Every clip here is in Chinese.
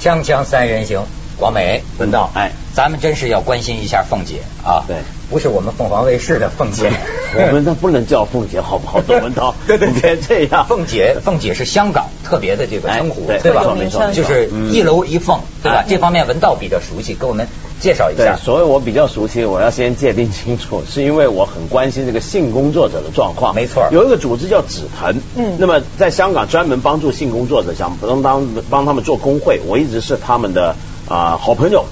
锵锵三人行，广美文道，哎，咱们真是要关心一下凤姐啊，对，不是我们凤凰卫视的凤姐，，我们那不能叫凤姐好不好？窦文涛 对对对 你别这样。凤姐，凤姐是香港特别的这个称呼，哎对对吧？没错没错嗯就是一楼一凤，对吧哎？这方面文道比较熟悉，给我们介绍一对下，。所以我比较熟悉，我要先界定清楚， 是因为我很关心这个性工作者的状况。没错有一个组织叫紫藤，嗯那么在香港专门帮助性工作者，想帮当帮他们做工会，我一直是他们的啊、好朋友。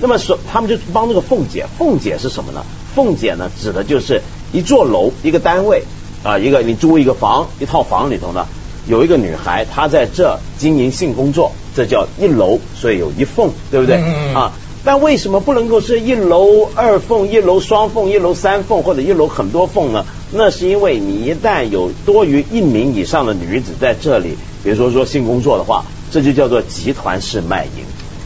那么说，他们就帮这个凤姐，凤姐是什么呢？凤姐呢，指的就是一座楼，一个单位啊、一个你租一个房，一套房里头呢，有一个女孩，她在这经营性工作，这叫一楼，所以有一凤，对不对？嗯嗯嗯啊，但为什么不能够是一楼二凤、一楼双凤、一楼三凤或者一楼很多凤呢？那是因为你一旦有多于一名以上的女子在这里，比如说说性工作的话，这就叫做集团式卖淫，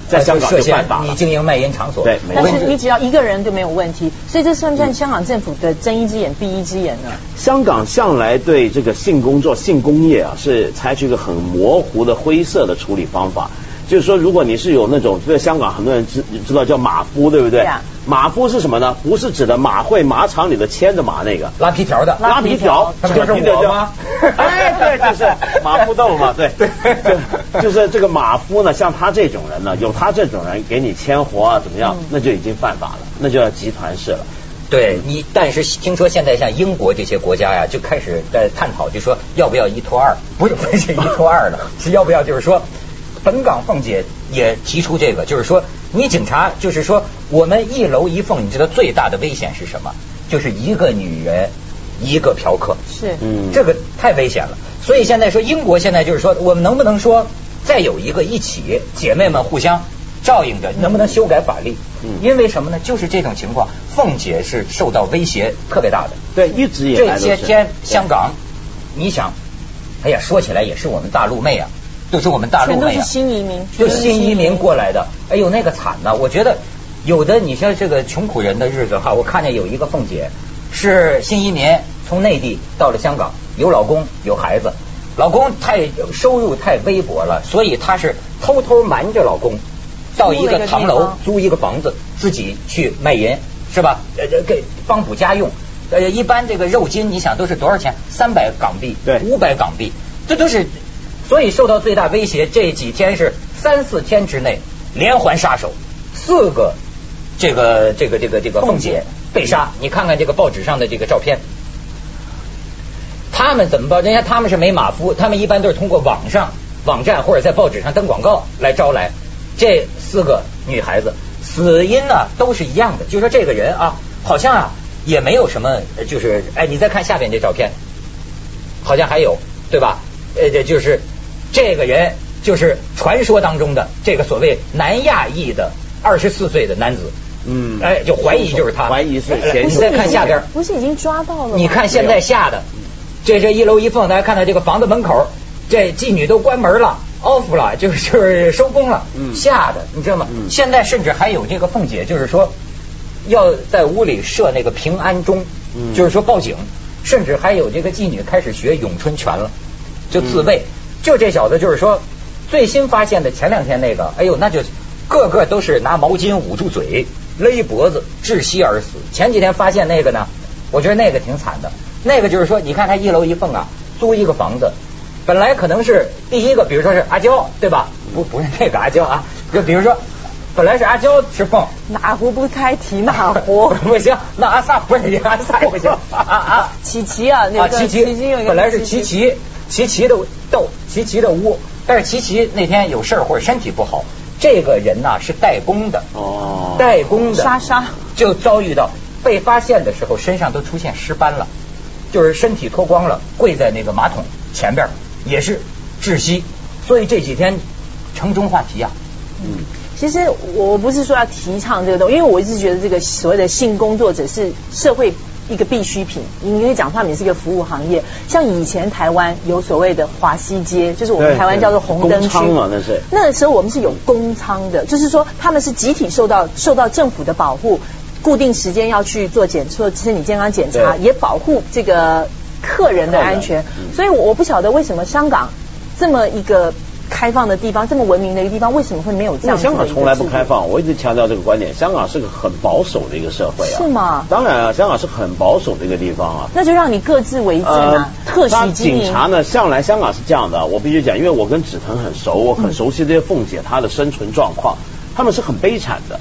在香港涉就嫌犯法你了。经营卖淫场所，对我没但问是你只要一个人就没有问题，所以这算不算香港政府的睁一只眼闭一只眼呢？香港向来对这个性工作、性工业啊，是采取一个很模糊的灰色的处理方法。就是说，如果你是有那种，这个香港很多人知知道叫马夫，对不对？对啊马夫是什么呢？不是指的马会马场里的牵着马那个，拉皮条的，拉皮条，那不是我吗 哎，对，就是马夫豆 嘛，对，就就是这个马夫呢，像他这种人呢，有他这种人给你牵活啊，怎么样，那就已经犯法了，那就要集团式了。对你，但是听说现在像英国这些国家呀，就开始在探讨，就说要不要一拖二， 不是不是一拖二了， 是要不要就是说，本港凤姐也提出这个，就是说你警察就是说我们一楼一凤，你知道最大的危险是什么？就是一个女人一个嫖客，是，嗯这个太危险了。所以现在说英国现在就是说，我们能不能说再有一个一起姐妹们互相照应着，能不能修改法律？嗯因为什么呢？就是这种情况，凤姐是受到威胁特别大的。对，一直以来这都是些天对香港，你想，哎呀，说起来也是我们大陆妹啊，就是我们大陆妹啊，全都是新移民就全都是新新移移民民过来的。哎呦，那个惨呐！我觉得有的你像这个穷苦人的日子哈，我看见有一个凤姐是新移民，从内地到了香港，有老公有孩子，老公太收入太微薄了，所以她是偷偷瞒着老公到一租了一个个唐地楼方租一个房子，自己去卖淫，是吧？呃，呃给帮补家用。呃，一般这个肉筋，你想都是多少钱？三百港币，对五百港币，这都是。所以受到最大威胁，这几天是三四天之内连环杀手，四个这个这个这个这个凤姐被杀。你看看这个报纸上的这个照片，他们怎么报？人家他们是没马夫，他们一般都是通过网上网站或者在报纸上登广告来招来。这四个女孩子死因呢都是一样的，就说这个人啊，好像啊也没有什么，呃就是哎，你再看下边这照片，好像还有对吧？呃，这就是这个人就是传说当中的这个所谓南亚裔的二十四岁的男子，嗯哎，就怀疑就是他，怀疑是嗯哎嫌你疑再看下边儿，不是已经抓到了吗？你看现在吓的，这这一楼一凤，大家看到这个房子门口，这妓女都关门了，off 了，就是就是收工了，嗯吓的，你知道吗？嗯现在甚至还有这个凤姐，就是说要在屋里设那个平安钟，嗯就是说报警，甚至还有这个妓女开始学咏春拳了，就自卫。就这小子，就是说最新发现的前两天那个，哎呦，那就个个都是拿毛巾捂住嘴、勒脖子、窒息而死。前几天发现那个呢，我觉得那个挺惨的。那个就是说，你看他一楼一凤啊，租一个房子，本来可能是第一个，比如说是阿娇，对吧？不，不是那个阿娇啊，就比如说本来是阿娇是凤，。哪壶不开提哪壶不行，那阿萨不是阿萨也不行，啊啊。琪琪啊，那啊，个齐齐有一个本来是齐齐齐齐的斗，齐齐的屋，但是齐齐那天有事儿或者身体不好，这个人呐、是代工的，哦代工的莎莎就遭遇到被发现的时候，身上都出现尸斑了，就是身体脱光了，跪在那个马桶前边儿也是窒息，所以这几天城中话题啊，嗯其实我不是说要提倡这个东西，因为我一直觉得这个所谓的性工作者是社会一个必需品，你可以讲他们也是一个服务行业。像以前台湾有所谓的华西街，就是我们对台湾叫做红灯工区，仓啊那是那时候我们是有公仓的，就是说他们是集体受到受到政府的保护，固定时间要去做检测身体健康检查，对也保护这个客人的安全客人嗯。所以我我不晓得为什么香港这么一个。开放的地方，这么文明的一个地方，为什么会没有这因为样？香港从来不开。放，我一直强调这个观点。香港是个很保守的一个社会啊，是吗当然啊，香港是很保守的一个地方啊。那就让你各自为政啊，特他许经呃警营。察呢，向来香港是这样的，我必须讲，因为我跟紫藤很熟，我很熟悉这些凤姐她的生存状况，她们是很悲惨的。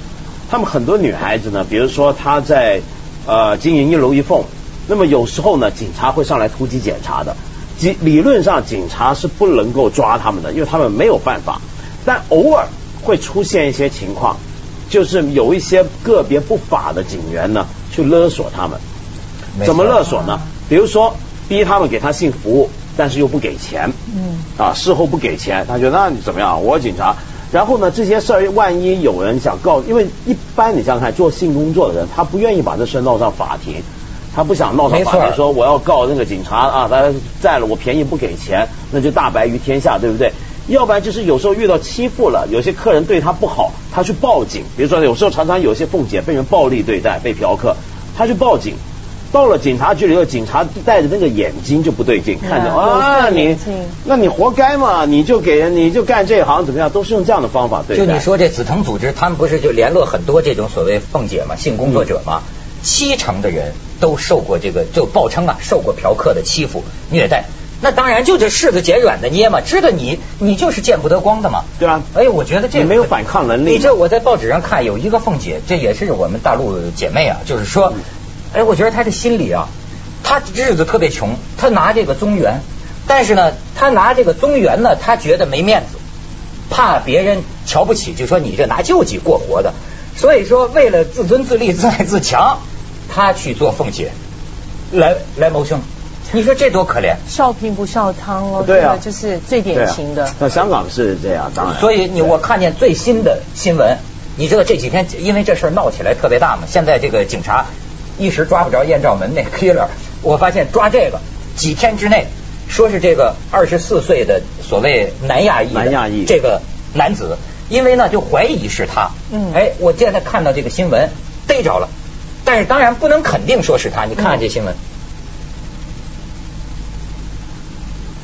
她们很多女孩子呢，比如说她在呃经营一楼一凤，那么有时候呢，警察会上来突击检查的。即理论上警察是不能够抓他们的，因为他们没有办法。但偶尔会出现一些情况，就是有一些个别不法的警员呢，去勒索他们。没错怎么勒索呢？比如说逼他们给他性服务，但是又不给钱，嗯啊，事后不给钱，他觉得那你怎么样？我警察。然后呢，这些事儿万一有人想告，因为一般你想想看，做性工作的人，他不愿意把这事闹上法庭，他不想闹上法没庭错说我要告那个警察啊，他占了我便宜不给钱，那就大白于天下，对不对？要不然就是有时候遇到欺负了，有些客人对他不好，他去报警。比如说有时候常常有些凤姐被人暴力对待，被嫖客，他去报警。到了警察局里头，警察戴着那个眼睛就不对劲，看着嗯有色啊你眼镜那你活该嘛，你就给人你就干这行怎么样，都是用这样的方法对待。就你说这紫藤组织，他们不是就联络很多这种所谓凤姐嘛、性工作者嘛？嗯七成的人都受过这个，就报称啊，受过嫖客的欺负、虐待。那当然就这柿子捡软的捏嘛，知道你你就是见不得光的嘛。对啊哎，我觉得这个你没有反抗能力你这我在报纸上看有一个凤姐，这也是我们大陆姐妹啊，就是说，哎，我觉得她这心理啊，她日子特别穷，她拿这个宗元，但是呢，她拿这个宗元呢，她觉得没面子。怕别人瞧不起，就说你这拿救济过活的。所以说，为了自尊、自立、自爱、自强，他去做凤姐，来来谋生。你说这多可怜！少平不少汤哦，对啊这个就是最典型的对啊。那香港是这样，当然。啊所以你我看见最新的新闻，你知道这几天因为这事儿闹起来特别大嘛？现在这个警察一时抓不着艳照门那 killer，我发现抓这个几天之内，说是这个二十四岁的所谓南亚裔的南亚裔这个男子，因为呢就怀疑是他，嗯哎，我现在看到这个新闻逮着了，但是当然不能肯定说是他，你看看这新闻。嗯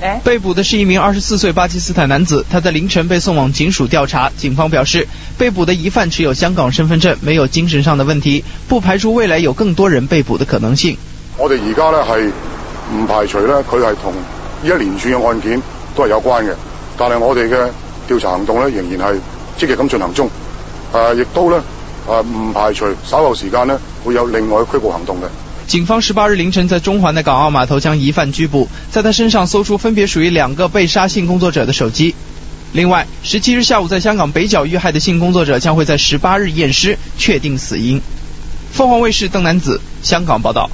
哎，被捕的是一名24岁巴基斯坦男子，他在凌晨被送往警署调查。警方表示，被捕的疑犯持有香港身份证，没有精神上的问题，不排除未来有更多人被捕的可能性。我哋而家咧係唔排除咧，佢係同一連串嘅案件都係有關嘅，但係我哋嘅調查行動咧仍然係積極咁進行中，誒、亦都咧誒唔排除稍後時間咧會有另外嘅拘捕行動嘅。警方十八日凌晨在中环的港澳码头将疑犯拘捕，在他身上搜出分别属于两个被杀性工作者的手机。另外，十七日下午在香港北角遇害的性工作者将会在十八日验尸，确定死因。凤凰卫视邓南子，香港报道。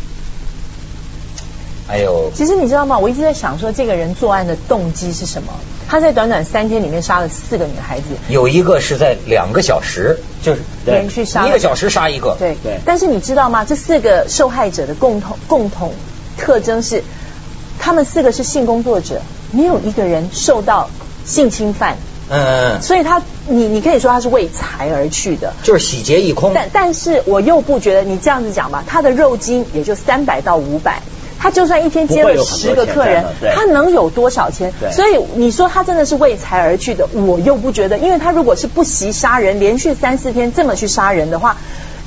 哎呦，其实你知道吗？我一直在想说，这个人作案的动机是什么？他在短短三天里面杀了四个女孩子，有一个是在两个小时，就是连续杀了一个小时杀一个，对对但是你知道吗？这四个受害者的共同共同特征是，他们四个是性工作者，没有一个人受到性侵犯，嗯，所以他你你可以说他是为财而去的。就是洗劫一空。但但是我又不觉得你这样子讲吧，他的肉金也就三百到五百。他就算一天接不会了有很多十个客钱人赚的对，他能有多少钱对？所以你说他真的是为财而去的，我又不觉得，因为他如果是不惜杀人，连续三四天这么去杀人的话，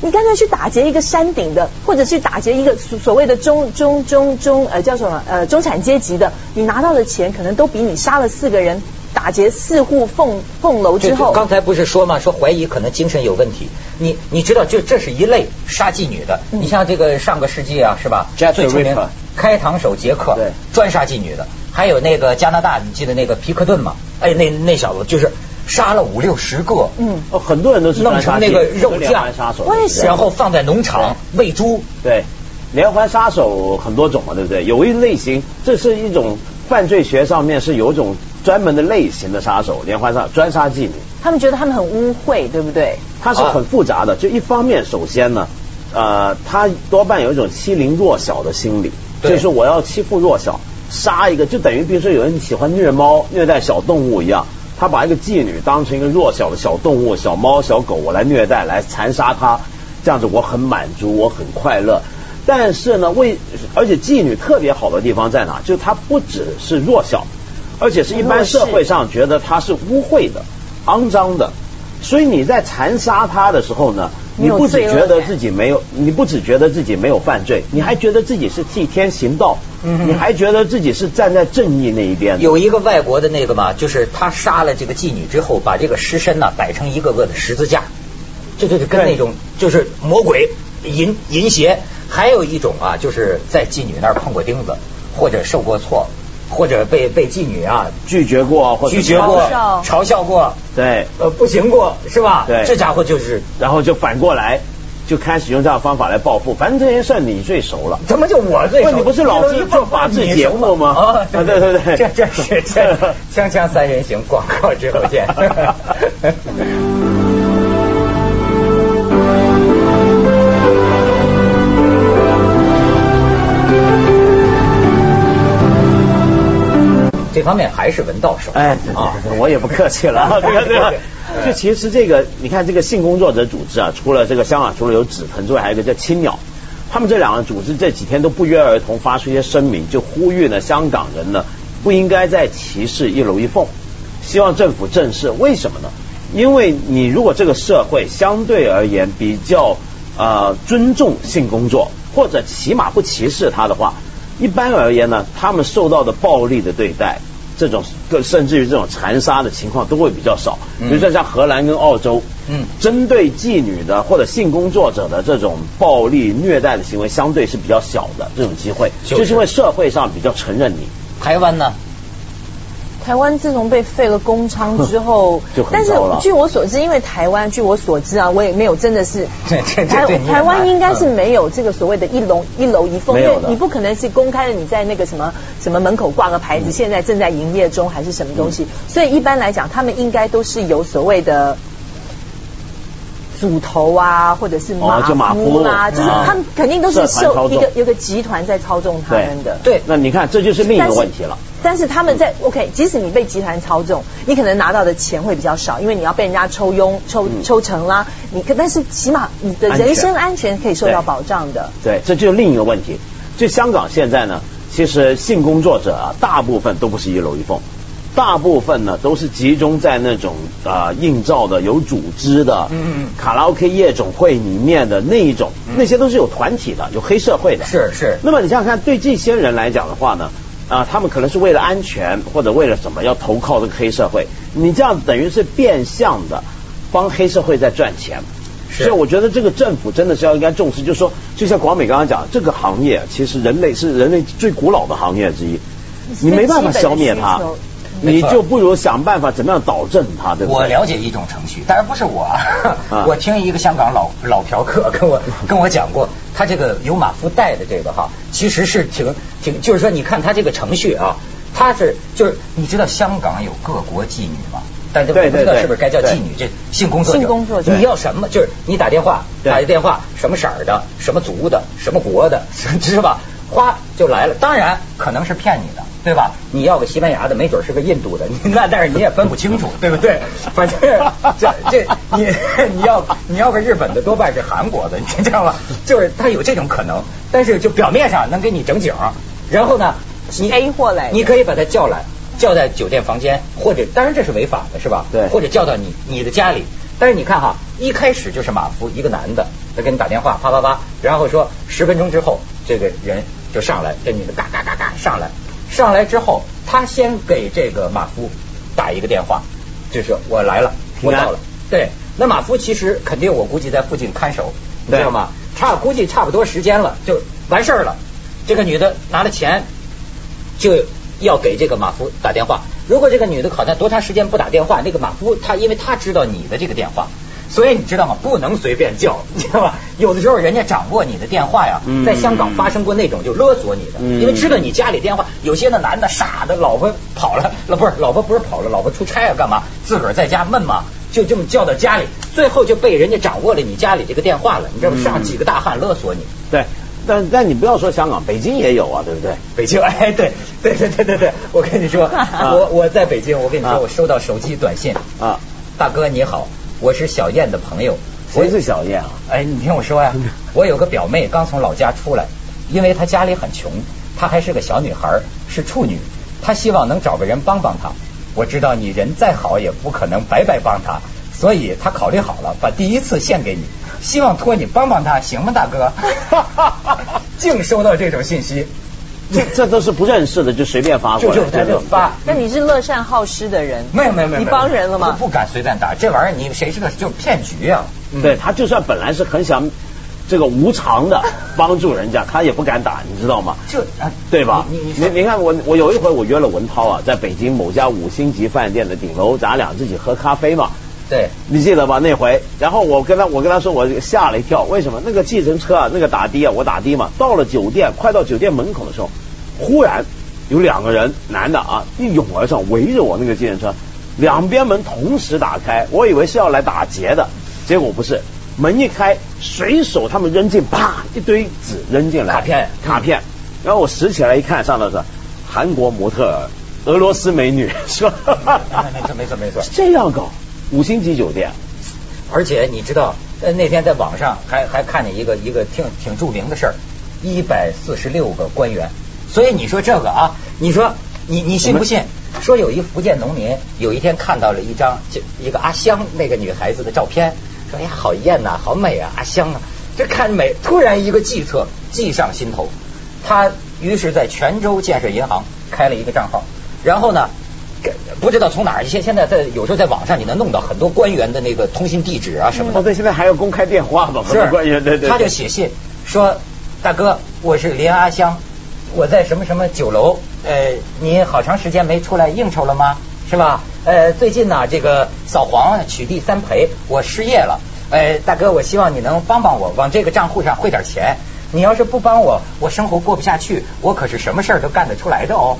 你干脆去打劫一个山顶的，或者去打劫一个所所谓的中中中中呃叫什么呃中产阶级的，你拿到的钱可能都比你杀了四个人、打劫四户凤凤楼之就后，刚才不是说吗？说怀疑可能精神有问题。你你知道，就这是一类杀妓女的。嗯你像这个上个世纪啊，是吧？ Jack the 最出名 Ripper 开膛手杰克，对专杀妓女的。还有那个加拿大，你记得那个皮克顿吗？哎，那那小子就是杀了五六十个，嗯哦，很多人都是弄成那个肉连酱环杀手，，为什么然后放在农场喂猪。对，连环杀手很多种嘛，对不对？有一类型，这是一种犯罪学上面是有一种专门的类型的杀手，连环杀专杀妓女，他们觉得他们很污秽，对不对？它是很复杂的。就一方面，首先呢，呃，他多半有一种欺凌弱小的心理，对就是我要欺负弱小，杀一个就等于比如说有人喜欢虐猫、虐待小动物一样。他把一个妓女当成一个弱小的小动物、小猫、小狗，我来虐待、来残杀它，这样子我很满足，我很快乐。但是呢，为而且妓女特别好的地方在哪？就是她不只是弱小，而且是一般社会上觉得它是污秽的、肮脏的，所以你在残杀它的时候呢，你你有不只罪恶觉得感自己没有，你不只觉得自己没有犯罪，你还觉得自己是替天行道，嗯你还觉得自己是站在正义那一边的。有一个外国的那个嘛，就是他杀了这个妓女之后，把这个尸身呢摆成一个个的十字架，这就是跟对那种就是魔鬼淫淫邪。还有一种啊，就是在妓女那儿碰过钉子，或者受过挫，或者被被妓女啊拒绝过或者拒绝过嘲、笑嘲笑过，对，呃不行过是吧？对这家伙就是然后就反过来就开始用这样的方法来报复。反正这件事儿你最熟了。怎么就我最不熟？是你不是老是做法制节目吗啊，啊对对对这这是这 锵锵三人行广告之后见。 这方面还是文道手，哎，对啊对对我也不客气了啊，这个这个，就其实这个，你看这个性工作者组织啊，除了这个香港除了有纸盆之外，还有一个叫青鸟。他们这两个组织这几天都不约而同发出一些声明，就呼吁呢香港人呢不应该再歧视一楼一凤，希望政府正视。为什么呢？因为你如果这个社会相对而言比较呃尊重性工作，或者起码不歧视他的话，一般而言呢，他们受到的暴力的对待，这种更甚至于这种残杀的情况都会比较少。嗯比如说像荷兰跟澳洲，嗯针对妓女的或者性工作者的这种暴力虐待的行为，相对是比较小的这种机会，就是就是因为社会上比较承认你。台湾呢？台湾自从被废了公娼之后就，很但是糟了据我所知，因为台湾据我所知啊，我也没有真的 是这这这台这你也台湾难应该是嗯没有这个所谓的一楼一楼一凤，没因有为的你不可能是公开的，你在那个什么什么门口挂个牌子，现在正在营业中还是什么东嗯西，所以一般来讲，他们应该都是有所谓的。组头啊，或者是马哦就马夫啦、夫就是啊他们肯定都是社团操受纵一个有个集团在操纵他们的。对那你看这就是另一但个是问题了。但是他们在 OK，即使你被集团操纵，你可能拿到的钱会比较少，因为你要被人家抽佣、抽、嗯抽成啦。你可但是起码你的安全人身安全可以受到对保障的。对，这就是另一个问题。就香港现在呢，其实性工作者啊，大部分都不是一楼一凤，大部分呢都是集中在那种啊、呃映照的、有组织的，嗯嗯卡拉 OK 夜总会里面的那一种，那些都是有团体的，有黑社会的。是是那么你想想看，对这些人来讲的话呢，啊、他们可能是为了安全或者为了什么要投靠这个黑社会，你这样等于是变相的帮黑社会在赚钱。是所以我觉得这个政府真的是要应该重视，就是说，就像广美刚刚讲，这个行业其实人类是人类最古老的行业之一，你没办法消灭它基本的需求，没你错就不如想办法怎么样导正它，对不对？我了解一种程序，当然不是我啊，啊 我听一个香港老老嫖客 跟我跟我讲过，他这个有马夫带的这个哈，其实是挺挺，就是说你看他这个程序啊，他是就是你知道香港有各国妓女吗？但是我对不知道对对是不是该叫妓女，这性工作者。性工作者你要什么？就是你打电话，对打一电话，什么色儿的，什么族的，什么国的， 是吧？哗就来了。当然可能是骗你的，对吧？你要个西班牙的，没准是个印度的，你那但是你也分不清楚， 对不对？反正这这你 你要你要个日本的，多半是韩国的，你知道吧？就是他有这种可能，但是就表面上能给你整景儿，然后呢，你 A 货来的你可以把他叫来，叫在酒店房间，或者当然这是违法的，是吧？对或者叫到你你的家里。但是你看哈，一开始就是马夫一个男的，他给你打电话，啪啪啪，然后说十分钟之后，这个人就上来跟你的嘎嘎嘎嘎上来，上来之后，他先给这个马夫打一个电话，就是我来了，我平安到了。对，那马夫其实肯定我估计在附近看守，你对知道吗？差估计差不多时间了，就完事儿了。这个女的拿了钱，就要给这个马夫打电话。如果这个女的好像多长时间不打电话，那个马夫他因为他知道你的这个电话，所以你知道吗？不能随便叫， 你知道吧？有的时候人家掌握你的电话呀，嗯在香港发生过那种就勒索你的，嗯因为知道你家里电话，有些那男的傻的，老婆跑了，老不是老婆不是跑了，老婆出差啊干嘛？自个儿在家闷嘛，就这么叫到家里，最后就被人家掌握了你家里这个电话了，你知道吗？嗯上几个大汉勒索你。对，但但你不要说香港，北京也有啊，对不对？北京， 哎，对，对对对对对，我跟你说，我我在北京，我跟你啊说，我收到手机短信，啊，大哥你好，我是小燕的朋友，我谁是小燕啊？哎，你听我说呀， 我有个表妹刚从老家出来，因为她家里很穷，她还是个小女孩儿，是处女，他希望能找个人帮帮他。我知道你人再好也不可能白白帮他，所以他考虑好了，把第一次献给你，希望托你帮帮他，行吗，大 哥？ 净收到这种信息，这这都是不认识的就随便发就过来，就在这发。 那你是乐善好施的人，没有没有没有，你帮人了我吗？不敢随便打，这玩意儿你谁知道就是骗局啊！对他就算本来是很想这个无偿 的帮助人家，他也不敢打，你知道吗？就啊对吧？你你你你看我我有一回我约了文涛啊，在北京某家五星级饭店的顶楼，咱俩自己喝咖啡嘛，对你记得吧？那回，然后我跟他我跟他说我吓了一跳，为什么？那个计程车啊，那个打的啊，我打的嘛，到了酒店，快到酒店门口的时候，忽然有两个人男的啊一涌而上，围着我那个计程车，两边门同时打开，我以为是要来打劫的，结果不是。门一开，随手他们扔进，啪，一堆纸扔进来，卡 片卡片，然后我拾起来一看，上头是韩国模特儿、俄罗斯美女，是 吧？没错没错没错这样搞，五星级酒店，而且你知道，呃，那天在网上还还看见一个一个挺挺著名的事儿，一百四十六个官员。所以你说这个啊，你说你你信不信？说有一福建农民有一天看到了一张就一个阿香那个女孩子的照片，说哎呀好艳呐、好美啊，阿香啊，这看美，突然一个计策计上心头，他于是在泉州建设银行开了一个账号，然后呢，给不知道从哪儿，现现在在有时候在网上你能弄到很多官员的那个通信地址啊什么的哦，，对，现在还有公开电话吧？是官员对对，他就写信说：“大哥，我是林阿香，我在什么什么酒楼，呃，你好长时间没出来应酬了吗？是吧？呃，最近呢，这个扫黄取缔三陪，我失业了。呃，大哥，我希望你能帮帮我，往这个账户上汇点钱。你要是不帮我，我生活过不下去，我可是什么事儿都干得出来的哦。”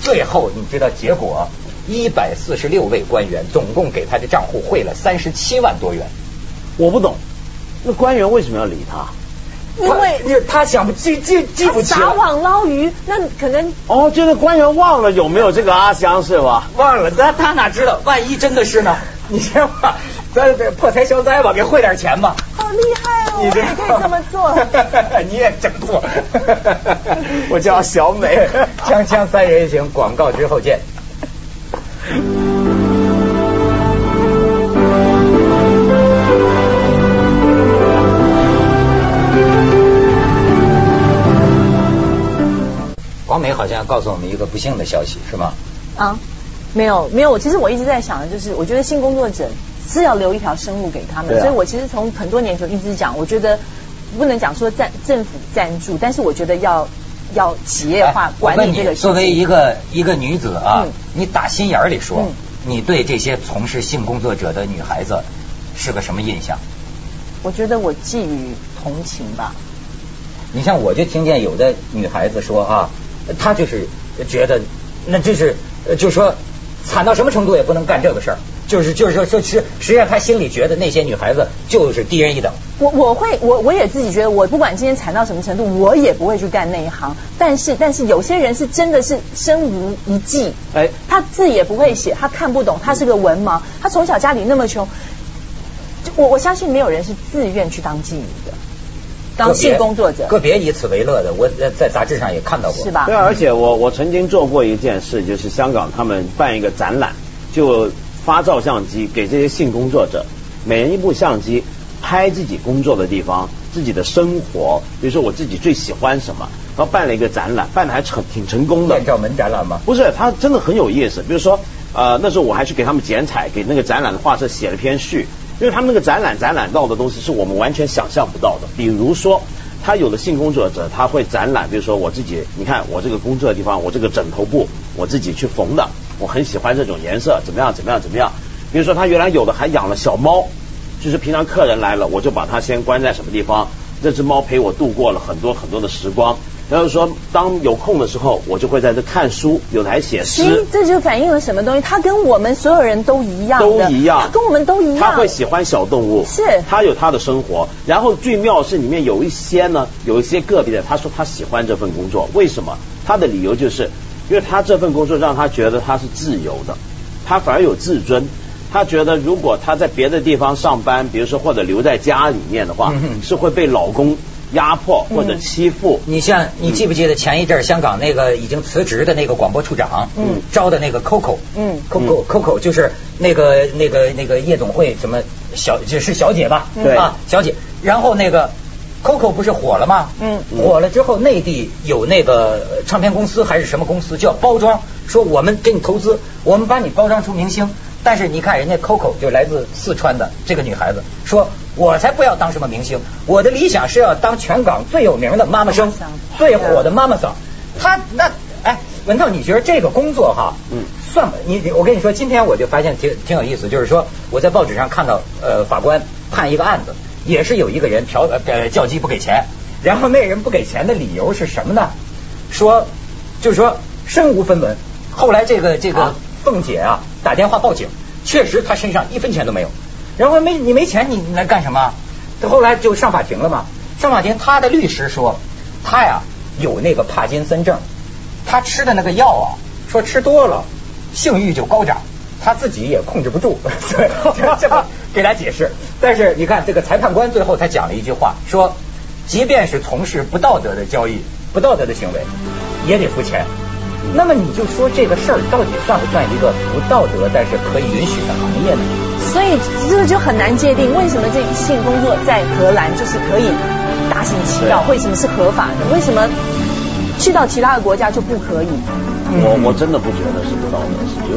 最后你知道结果？一百四十六位官员总共给他的账户汇了三十七万多元。我不懂，那官员为什么要理他？因为不是他想不记记记不清，撒网捞鱼，那可能哦，就是官员忘了有没有这个阿香是吧？忘了他他哪知道？万一真的是呢？你这样吧，咱得破财消灾吧，给汇点钱吧。好厉害哦，我你也这可以这么做。你也真酷。我叫小美 锵锵三人行，广告之后见。王美好像告诉我们一个不幸的消息，是吗？啊，没有没有，其实我一直在想的就是，我觉得性工作者是要留一条生路给他们，对啊所以我其实从很多年前一直讲，我觉得不能讲说赞政府赞助，但是我觉得要要企业化哎管我问理这个你事情。作为一个一个女子啊，嗯你打心眼儿里说，嗯你对这些从事性工作者的女孩子是个什么印象？我觉得我寄予同情吧。你像我就听见有的女孩子说啊，她就是觉得那这是呃就说惨到什么程度也不能干这个事儿，就是就是说说实实际上她心里觉得那些女孩子就是低人一等。我我会我我也自己觉得，我不管今天惨到什么程度，我也不会去干那一行。但是但是有些人是真的是身无一技，哎他字也不会写，他看不懂，他是个文盲，他从小家里那么穷，就我我相信没有人是自愿去当妓女的，当性工作者个别个别以此为乐的，我呃在杂志上也看到过。是？吧对？啊，而且我我曾经做过一件事，就是香港他们办一个展览，就发照相机给这些性工作者，每人一部相机，拍自己工作的地方、自己的生活，比如说我自己最喜欢什么，然后办了一个展览，办的还成挺成功的艳。照门展览吗？不是，他真的很有意思。比如说，呃，那时候我还去给他们剪彩，给那个展览的画社写了篇序，因为他们那个展览展览到的东西是我们完全想象不到的。比如说，他有的性工作者他会展览，比如说我自己，你看我这个工作的地方，我这个枕头布我自己去缝的，我很喜欢这种颜色，怎么样怎么样怎么样。比如说，他原来有的还养了小猫，就是平常客人来了，我就把它先关在什么地方，这只猫陪我度过了很多很多的时光。然后说，当有空的时候，我就会在这看书，有的还写其实诗，这就反映了什么东西？他跟我们所有人都一样都的，一样他跟我们都一样。他会喜欢小动物，是他有他的生活。然后最妙是里面有一些呢，有一些个别的，他说他喜欢这份工作，为什么？他的理由就是，因为他这份工作让他觉得他是自由的，他反而有自尊。他觉得如果他在别的地方上班，比如说或者留在家里面的话，嗯哼是会被老公压迫或者欺负。你像你记不记得前一阵儿香港那个已经辞职的那个广播处长，嗯招的那个 Coco，嗯，Coco Coco 就是那个那个那个夜总会什么小就是小姐吧，嗯对啊小姐，然后那个 Coco 不是火了吗？嗯火了之后，内地有那个呃唱片公司还是什么公司就要包装，说我们给你投资，我们把你包装出明星。但是你看人家 Coco 就来自四川的这个女孩子，说我才不要当什么明星，我的理想是要当全港最有名的妈妈妈生妈桑，最火的妈妈桑。她那哎，文涛，你觉得这个工作哈，嗯算吧，你你我跟你说，今天我就发现挺挺有意思，就是说我在报纸上看到，呃，法官判一个案子，也是有一个人嫖呃呃叫鸡不给钱，然后那人不给钱的理由是什么呢？说就是说身无分文，后来这个这个啊凤姐啊打电话报警，确实她身上一分钱都没有，然后没你没钱你你来干什么？她后来就上法庭了嘛，上法庭她的律师说她呀有那个帕金森症，他吃的那个药啊，说吃多了性欲就高涨，他自己也控制不住， 所以这这不给大家解释。但是你看这个裁判官最后他讲了一句话，说即便是从事不道德的交易、不道德的行为，也得付钱。那么你就说这个事儿到底算不算一个不道德但是可以允许的行业呢？所以这个就很难界定，为什么这性工作在荷兰就是可以大行其道，对为什么是合法的？为什么去到其他的国家就不可以？嗯我我真的不觉得是不道德，是有